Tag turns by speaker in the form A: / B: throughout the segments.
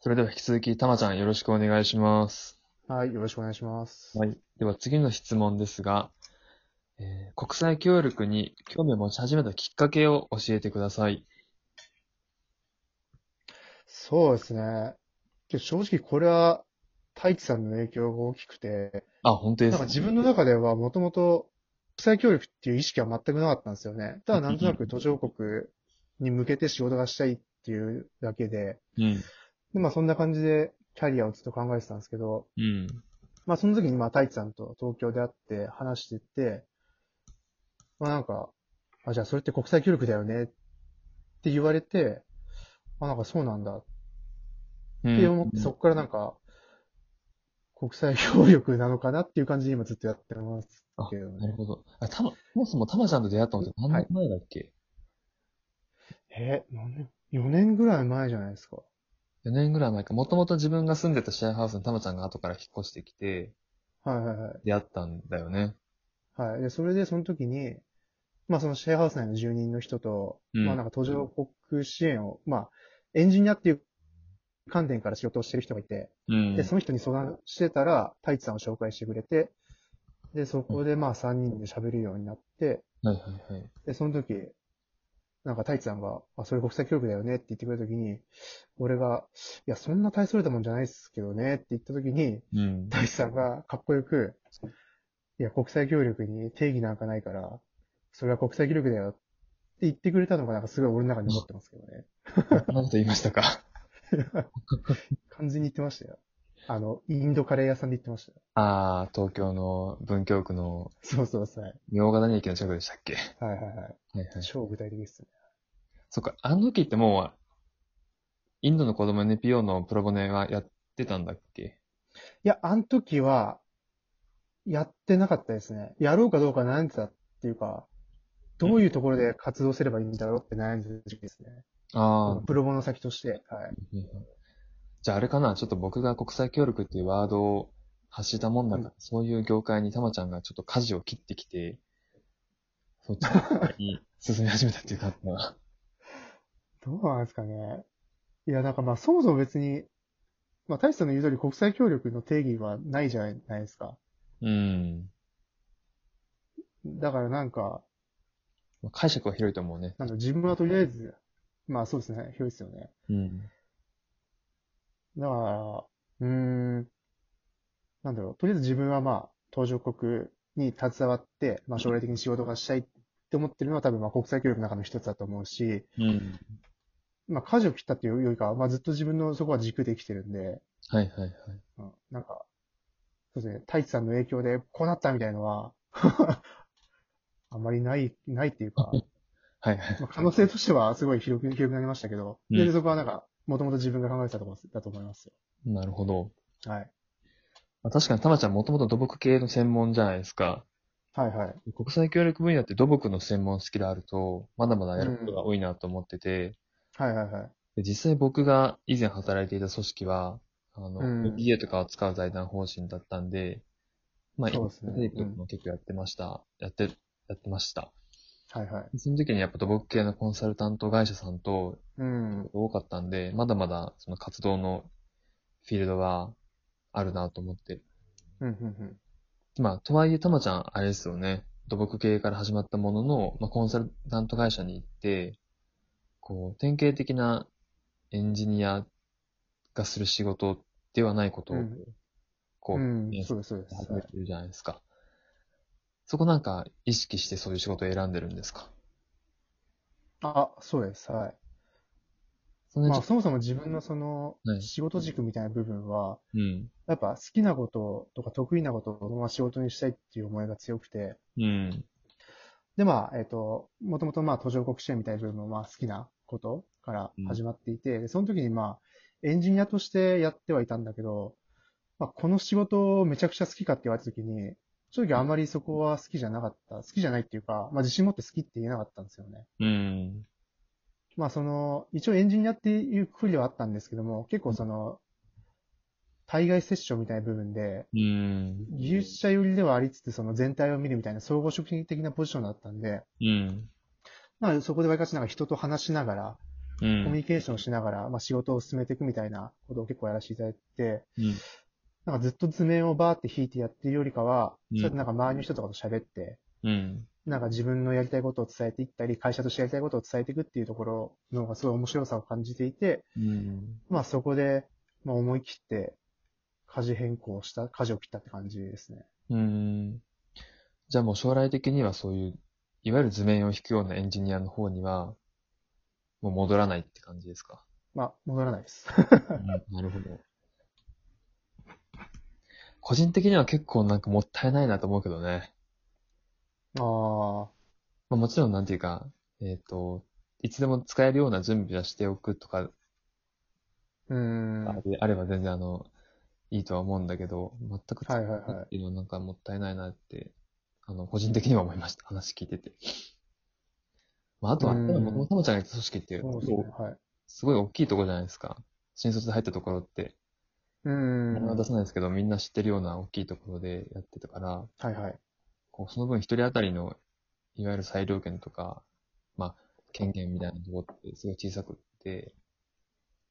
A: それでは引き続き、たまちゃんよろしくお願いします。
B: はい、よろしくお願いします。
A: はい。では次の質問ですが、えー国際協力に興味を持ち始めたきっかけを教えてください。
B: そうですね。けど正直これは、大輝さんの影響が大きくて、
A: あ、本当で
B: なん
A: す
B: か
A: か。
B: 自分の中ではもともと国際協力っていう意識は全くなかったんですよね。ただなんとなく途上国に向けて仕事がしたいっていうだけで、
A: うん。
B: でまあそんな感じでキャリアをずっと考えてたんですけど、
A: うん。
B: まあその時にまあ太一さんと東京で会って話してって、まあなんか、あ、じゃあそれって国際協力だよねって言われて、あ、なんかそうなんだっ
A: うん。
B: て思って、そこからなんか、国際協力なのかなっていう感じで今ずっとやってますけど
A: なる
B: ね。
A: ほど。あ、たま、そもそもたまちゃんと出会ったのって何年前だっけ、
B: え、何年 ?4 年ぐらい前じゃないですか。
A: ?4 年ぐらい前か。もともと自分が住んでたシェアハウスにたまちゃんが後から引っ越してきて、
B: はいはいはい。
A: 出会ったんだよね。
B: はい。で、それでその時に、まあそのシェアハウス内の住人の人と、
A: うん
B: まあなんか途上国支援を、まあエンジニアっていう観点から仕事をしてる人がいて、
A: うん
B: で、その人に相談してたら、太一さんを紹介してくれて、で、そこでまあ3人で喋るようになって、
A: はいはいはい。
B: で、その時、なんか太一さんが、あ、それ国際教育だよねって言ってくれた時に、俺が、いや、そんな大それたもんじゃないですけどねって言った時に、
A: うん。
B: 大地さんがかっこよく、いや、国際協力に定義なんかないから、それは国際協力だよって言ってくれたのが、なんかすごい俺の中に残ってますけど ね。
A: そんなこと言いましたか。
B: 完全に言ってましたよ。あの、インドカレー屋さんで言ってましたよ。
A: ああ、東京の文京区の
B: そうそうそう。はい
A: 明賀谷駅の近くでしたっけは
B: はいはい
A: はい
B: い。。超具体的ですね。
A: そっか、あの時ってもう、インドの子供 NPO のプロボネはやってたんだっけ
B: いや、あの時は、やってなかったですね。やろうかどうか悩んでたっていうか、どういうところで活動すればいいんだろうって悩んでた時期ですね。
A: ああ、
B: プロボの先として。はい。
A: じゃああれかな、ちょっと僕が国際協力っていうワードを発したもんだから、
B: う
A: そういう業界にたまちゃんがちょっと舵を切ってきて、そっちに進み始めたっていうか、まあ
B: どうなんですかね。いや、なんかまあそもそも別に、まあ大使さんの言う通り国際協力の定義はないじゃないですか。
A: うん。
B: だからなんか、
A: まあ解釈は広いと思うね。
B: なんだろう自分はとりあえず、まあそうですね、広いですよね。
A: うん。
B: だから、うーん、なんだろう、とりあえず自分はまあ途上国に携わって、まあ将来的に仕事がしたいって思ってるのは多分まあ国際協力の中の一つだと思うし、
A: うん。
B: まあ舵を切ったっていうよりかは、まあずっと自分のそこは軸で生きてるんで、
A: はいはいはい。
B: うんなんか、そうですね、太一さんの影響でこうなったみたいのは、 あんまりない、ないっていうか、
A: はいはい。
B: まあ、可能性としてはすごい広く、広くなりましたけど、
A: うん
B: 全然そこはなんか、もともと自分が考えてたところだと思いますよ。
A: なるほど。
B: はい。
A: まあ、確かにたまちゃんもともと土木系の専門じゃないですか。
B: はいはい。
A: 国際協力分野って土木の専門スキルあると、まだまだやることが多いなと思ってて、
B: はいはいはい。
A: で実際僕が以前働いていた組織は、あの、
B: うん
A: MBA とかを使う財団法人だったんで、まあ、
B: そうですね
A: テレビとかも結構やってました。やって、やってました。
B: はいはい。
A: その時にやっぱ土木系のコンサルタント会社さんと
B: うん。
A: 多かったんで、まだまだその活動のフィールドはあるなと思って。
B: うん、うん、
A: まあ、とはいえ、たまちゃん、あれですよね。土木系から始まったものの、まあ、コンサルタント会社に行って、こう、典型的なエンジニアがする仕事ではないことを、
B: うん
A: こ
B: う
A: う、
B: ん。う
A: ね
B: ん、そうです、そうです。
A: 始めてるじゃないですか。そこなんか、意識してそういう仕事を選んでるんですか
B: あ、そうです、はい。
A: その辺
B: まあ、
A: ちょっ
B: そもそも自分のその
A: はい、
B: 仕事軸みたいな部分は、
A: とうん。
B: やっぱ好きなこととか得意なことをそのまま仕事にしたいっていう思いが強くて、
A: うん。
B: で、まあ、えっ、と、もともとまあ途上国支援みたいな部分もまあ好きなことから始まっていて、でその時にまあ、エンジニアとしてやってはいたんだけど、まあ、この仕事をめちゃくちゃ好きかって言われた時に、正直あまりそこは好きじゃなかった。好きじゃないっていうか、まあ自信持って好きって言えなかったんですよね。
A: うん。
B: まあその、一応エンジニアっていうくくりはあったんですけども、結構その、対外セッションみたいな部分で、
A: うん。
B: 技術者寄りではありつつ、その全体を見るみたいな総合職的なポジションだったんで、
A: うん。
B: まあ、そこでわりかしなんか人と話しながら、
A: う
B: コミュ
A: ん。
B: ニケーションしながら、まあ、仕事を進めていくみたいなことを結構やらせていただいて、
A: うん。
B: なんかずっと図面をバーって引いてやってるよりかは、
A: うん
B: そうやってなんか周りの人とかと喋って、
A: うん。
B: なんか自分のやりたいことを伝えていったり、会社としてやりたいことを伝えていくっていうところの方がすごい面白さを感じていて、
A: うん。
B: まあそこで、まあ思い切って、家事変更した、家事を切ったって感じですね。
A: うん。じゃあもう将来的にはそういう、いわゆる図面を引くようなエンジニアの方には、もう戻らないって感じですか。
B: まあ戻らないです。
A: うんなるほど。個人的には結構なんかもったいないなと思うけどね。
B: ああ、
A: まあ、もちろんなんていうか、えっ、と、いつでも使えるような準備はしておくとか
B: うーん。
A: あれあれば全然あの、いいとは思うんだけど、全く使え
B: はい
A: な
B: はいいはい
A: っていうのはなんかもったいないなって、あの、個人的には思いました。話聞いてて。 まあ、あとは、
B: うん
A: でも、もともちゃんが言った組織っていう、
B: そうですね。はい。
A: すごい大きいところじゃないですか。新卒で入ったところって、
B: うーん。
A: 名前は出さないですけど、みんな知ってるような大きいところでやってたから、
B: はいはい。
A: こうその分一人当たりの、いわゆる裁量権とか、まあ、権限みたいなところってすごい小さくって、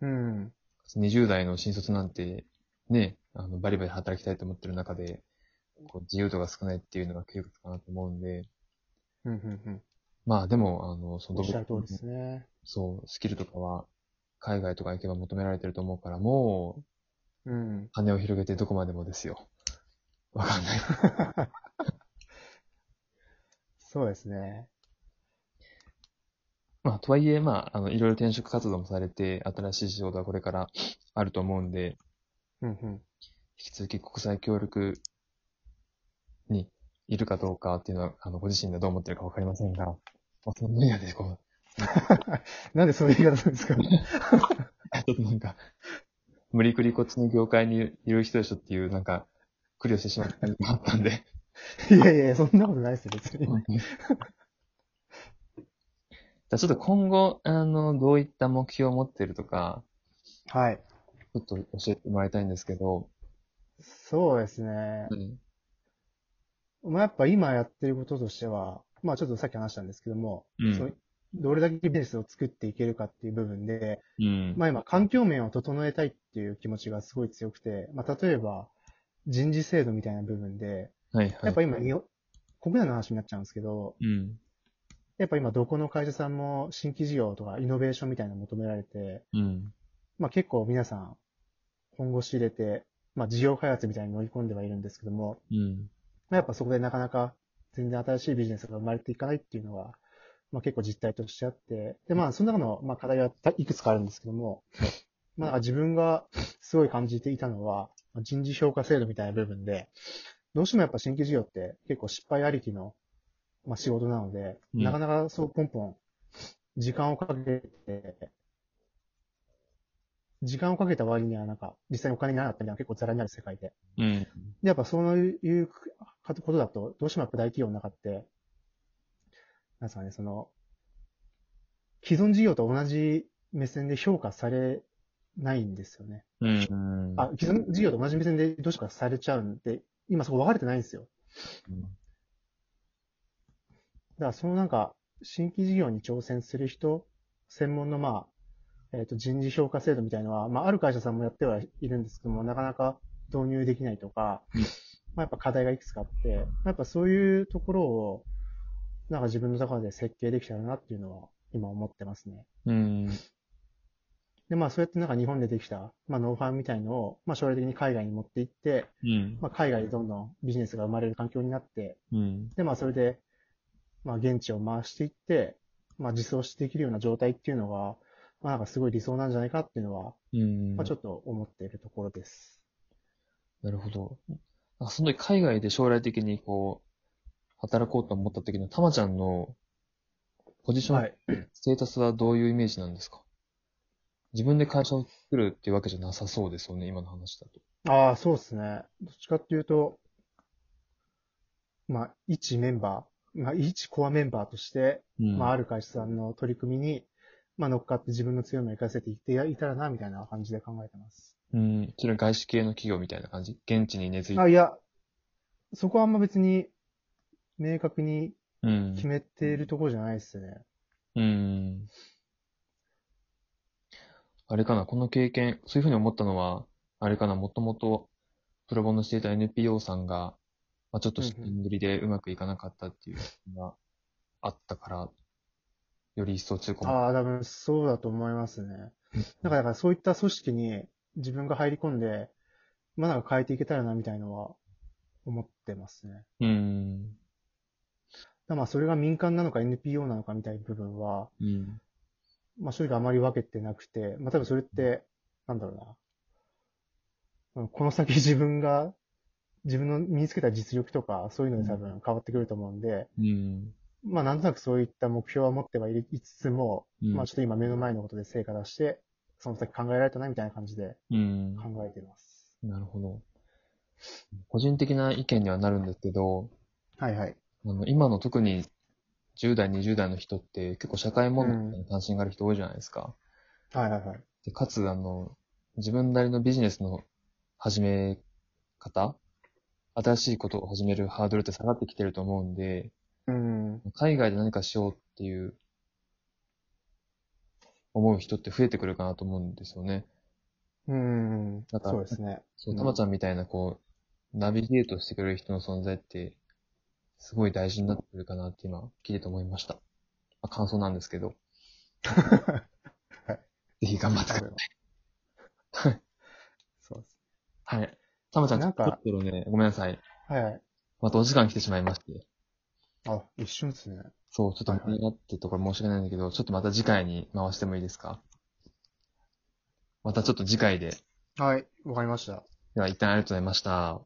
B: うん。
A: 20代の新卒なんて、ね、あの、バリバリ働きたいと思ってる中で、こう、自由度が少ないっていうのが究極かなと思うんで、
B: うん、うん、うん。
A: まあでも、あの、そ
B: お
A: の
B: っしゃる通りですね。
A: そう、スキルとかは、海外とか行けば求められてると思うから、もう、
B: うん。
A: 羽を広げてどこまでもですよ。わかんない。
B: そうですね。
A: まあ、とはいえ、まあ、あの、いろいろ転職活動もされて、新しい仕事はこれからあると思うんで、
B: うん、うん。
A: 引き続き国際協力にいるかどうかっていうのは、あの、ご自身でどう思ってるかわかりませんが、まあ、その分野でこう、
B: なんでそういう言い方なんですか
A: ちょっとなんか、無理くりこっちの業界にいる人でしょっていう、なんか、苦慮してしまったりもあったんで。
B: いやいやいや、そんなことないですよ、別に。
A: じゃあちょっと今後、あの、どういった目標を持ってるとか、
B: はい。
A: ちょっと教えてもらいたいんですけど、
B: そうですね。
A: うん
B: まあやっぱ今やってることとしては、まあちょっとさっき話したんですけども、
A: うん
B: そのどれだけビジネスを作っていけるかっていう部分で、
A: うん
B: まあ今環境面を整えたいっていう気持ちがすごい強くて、まあ例えば人事制度みたいな部分で、
A: はいはい。
B: やっぱ今、日本国内の話になっちゃうんですけど、
A: うん。
B: やっぱ今どこの会社さんも新規事業とかイノベーションみたいなの求められて、
A: うん。
B: まあ結構皆さん本腰入れて、まあ事業開発みたいに乗り込んではいるんですけども、
A: うん。
B: まあやっぱそこでなかなか全然新しいビジネスが生まれていかないっていうのは、まあ結構実態としてあって、でまあその中のまあ課題はいくつかあるんですけども、まあ自分がすごい感じていたのは、まあ人事評価制度みたいな部分で、どうしてもやっぱ新規事業って結構失敗ありきの、まあ、仕事なので、
A: うん
B: なかなかそうポンポン時間をかけて、時間をかけた割にはなんか実際にお金にならなかったみたいな結構ザラになる世界で。
A: うん。
B: で、やっぱそういうかことだと、どうしてもやっぱ大企業の中って、なんですかね、その、既存事業と同じ目線で評価されないんですよね。
A: うん。
B: あ、既存事業と同じ目線でどうしてもされちゃうんで、今そこ分かれてないんですよ。だからそのなんか、新規事業に挑戦する人、専門のまあ、えっ、と、人事評価制度みたいのは、まあ、ある会社さんもやってはいるんですけども、なかなか導入できないとか
A: うん、
B: まあ、やっぱ課題がいくつかあって、まあやっぱそういうところを、なんか自分の中で設計できたらなっていうのは、今思ってますね。
A: うん。
B: で、まあ、そうやってなんか日本でできた、まあ、ノウハウみたいのを、まあ、将来的に海外に持っていって、
A: うん。
B: まあ、海外でどんどんビジネスが生まれる環境になって、
A: うん。
B: で、まあ、それで、まあ、現地を回していって、まあ、実装してできるような状態っていうのが、まあ、なんかすごい理想なんじゃないかっていうのは、
A: うん。
B: まあ、ちょっと思っているところです。
A: なるほど。あその時海外で将来的にこう、働こうと思った時のたまちゃんのポジション、
B: はい
A: ステータスはどういうイメージなんですか自分で会社を作るっていうわけじゃなさそうですよね、今の話だと。
B: ああ、そうですね。どっちかっていうと、まあ、一メンバー、まあ、一コアメンバーとして、
A: うん
B: まあ、ある会社さんの取り組みに、まあ、乗っかって自分の強みを生かせていっていたらな、みたいな感じで考えてます。
A: うん。それは外資系の企業みたいな感じ現地に根付いて。
B: あ、いや、そこはあんま別に、明確に
A: うん
B: 決。めているところじゃないですね。
A: うん。あれかな、この経験、そういうふうに思ったのは、あれかな、もともとプロボのしていた NPO さんが、まあ、ちょっと資金繰りでうまくいかなかったっていうのがあったから、より一層強く思っ
B: ああ、多分そうだと思いますね。なんか、だからそういった組織に自分が入り込んで、まあ、なんか変えていけたらな、みたいのは思ってますね。だか
A: うん。
B: らまあ、それが民間なのか NPO なのかみたいな部分は、
A: うん。
B: まあ、正直あまり分けてなくて、まあ、多分それって、なんだろうな。うんこの先自分が、自分の身につけた実力とか、そういうので多分変わってくると思うんで、
A: うん。
B: まあ、なんとなくそういった目標は持ってはいつつも、
A: うん
B: まあ、ちょっと今目の前のことで成果出して、その先考えられたな、みたいな感じで
A: うん。
B: 考えてます。
A: なるほど。個人的な意見にはなるんですけど、
B: はいはい。
A: あの今の特に10代、20代の人って結構社会問題に関心がある人多いじゃないですか。
B: はいはいはい。
A: でかつ、あの、自分なりのビジネスの始め方、新しいことを始めるハードルって下がってきてると思うんで、
B: うん。
A: 海外で何かしようっていう、思う人って増えてくるかなと思うんですよね。
B: うん。
A: なんか
B: そうですね。
A: そうう、
B: ん
A: たまちゃんみたいな、こう、ナビゲートしてくれる人の存在って、すごい大事になってくるかなって今、聞いてて思いました。まあ、感想なんですけど。 ぜひ頑張ってください。はい。
B: そうです。
A: はい。たまちゃん、
B: なんか
A: ちょっとね、ごめんなさい。
B: はいはい。
A: またお時間来てしまいまして。
B: あ、一瞬ですね。
A: そう、ちょっと
B: はいはい
A: 盛り上がってところ申し訳ないんだけど、ちょっとまた次回に回してもいいですかまたちょっと次回で。
B: はい。わかりました。
A: では、一旦ありがとうございました。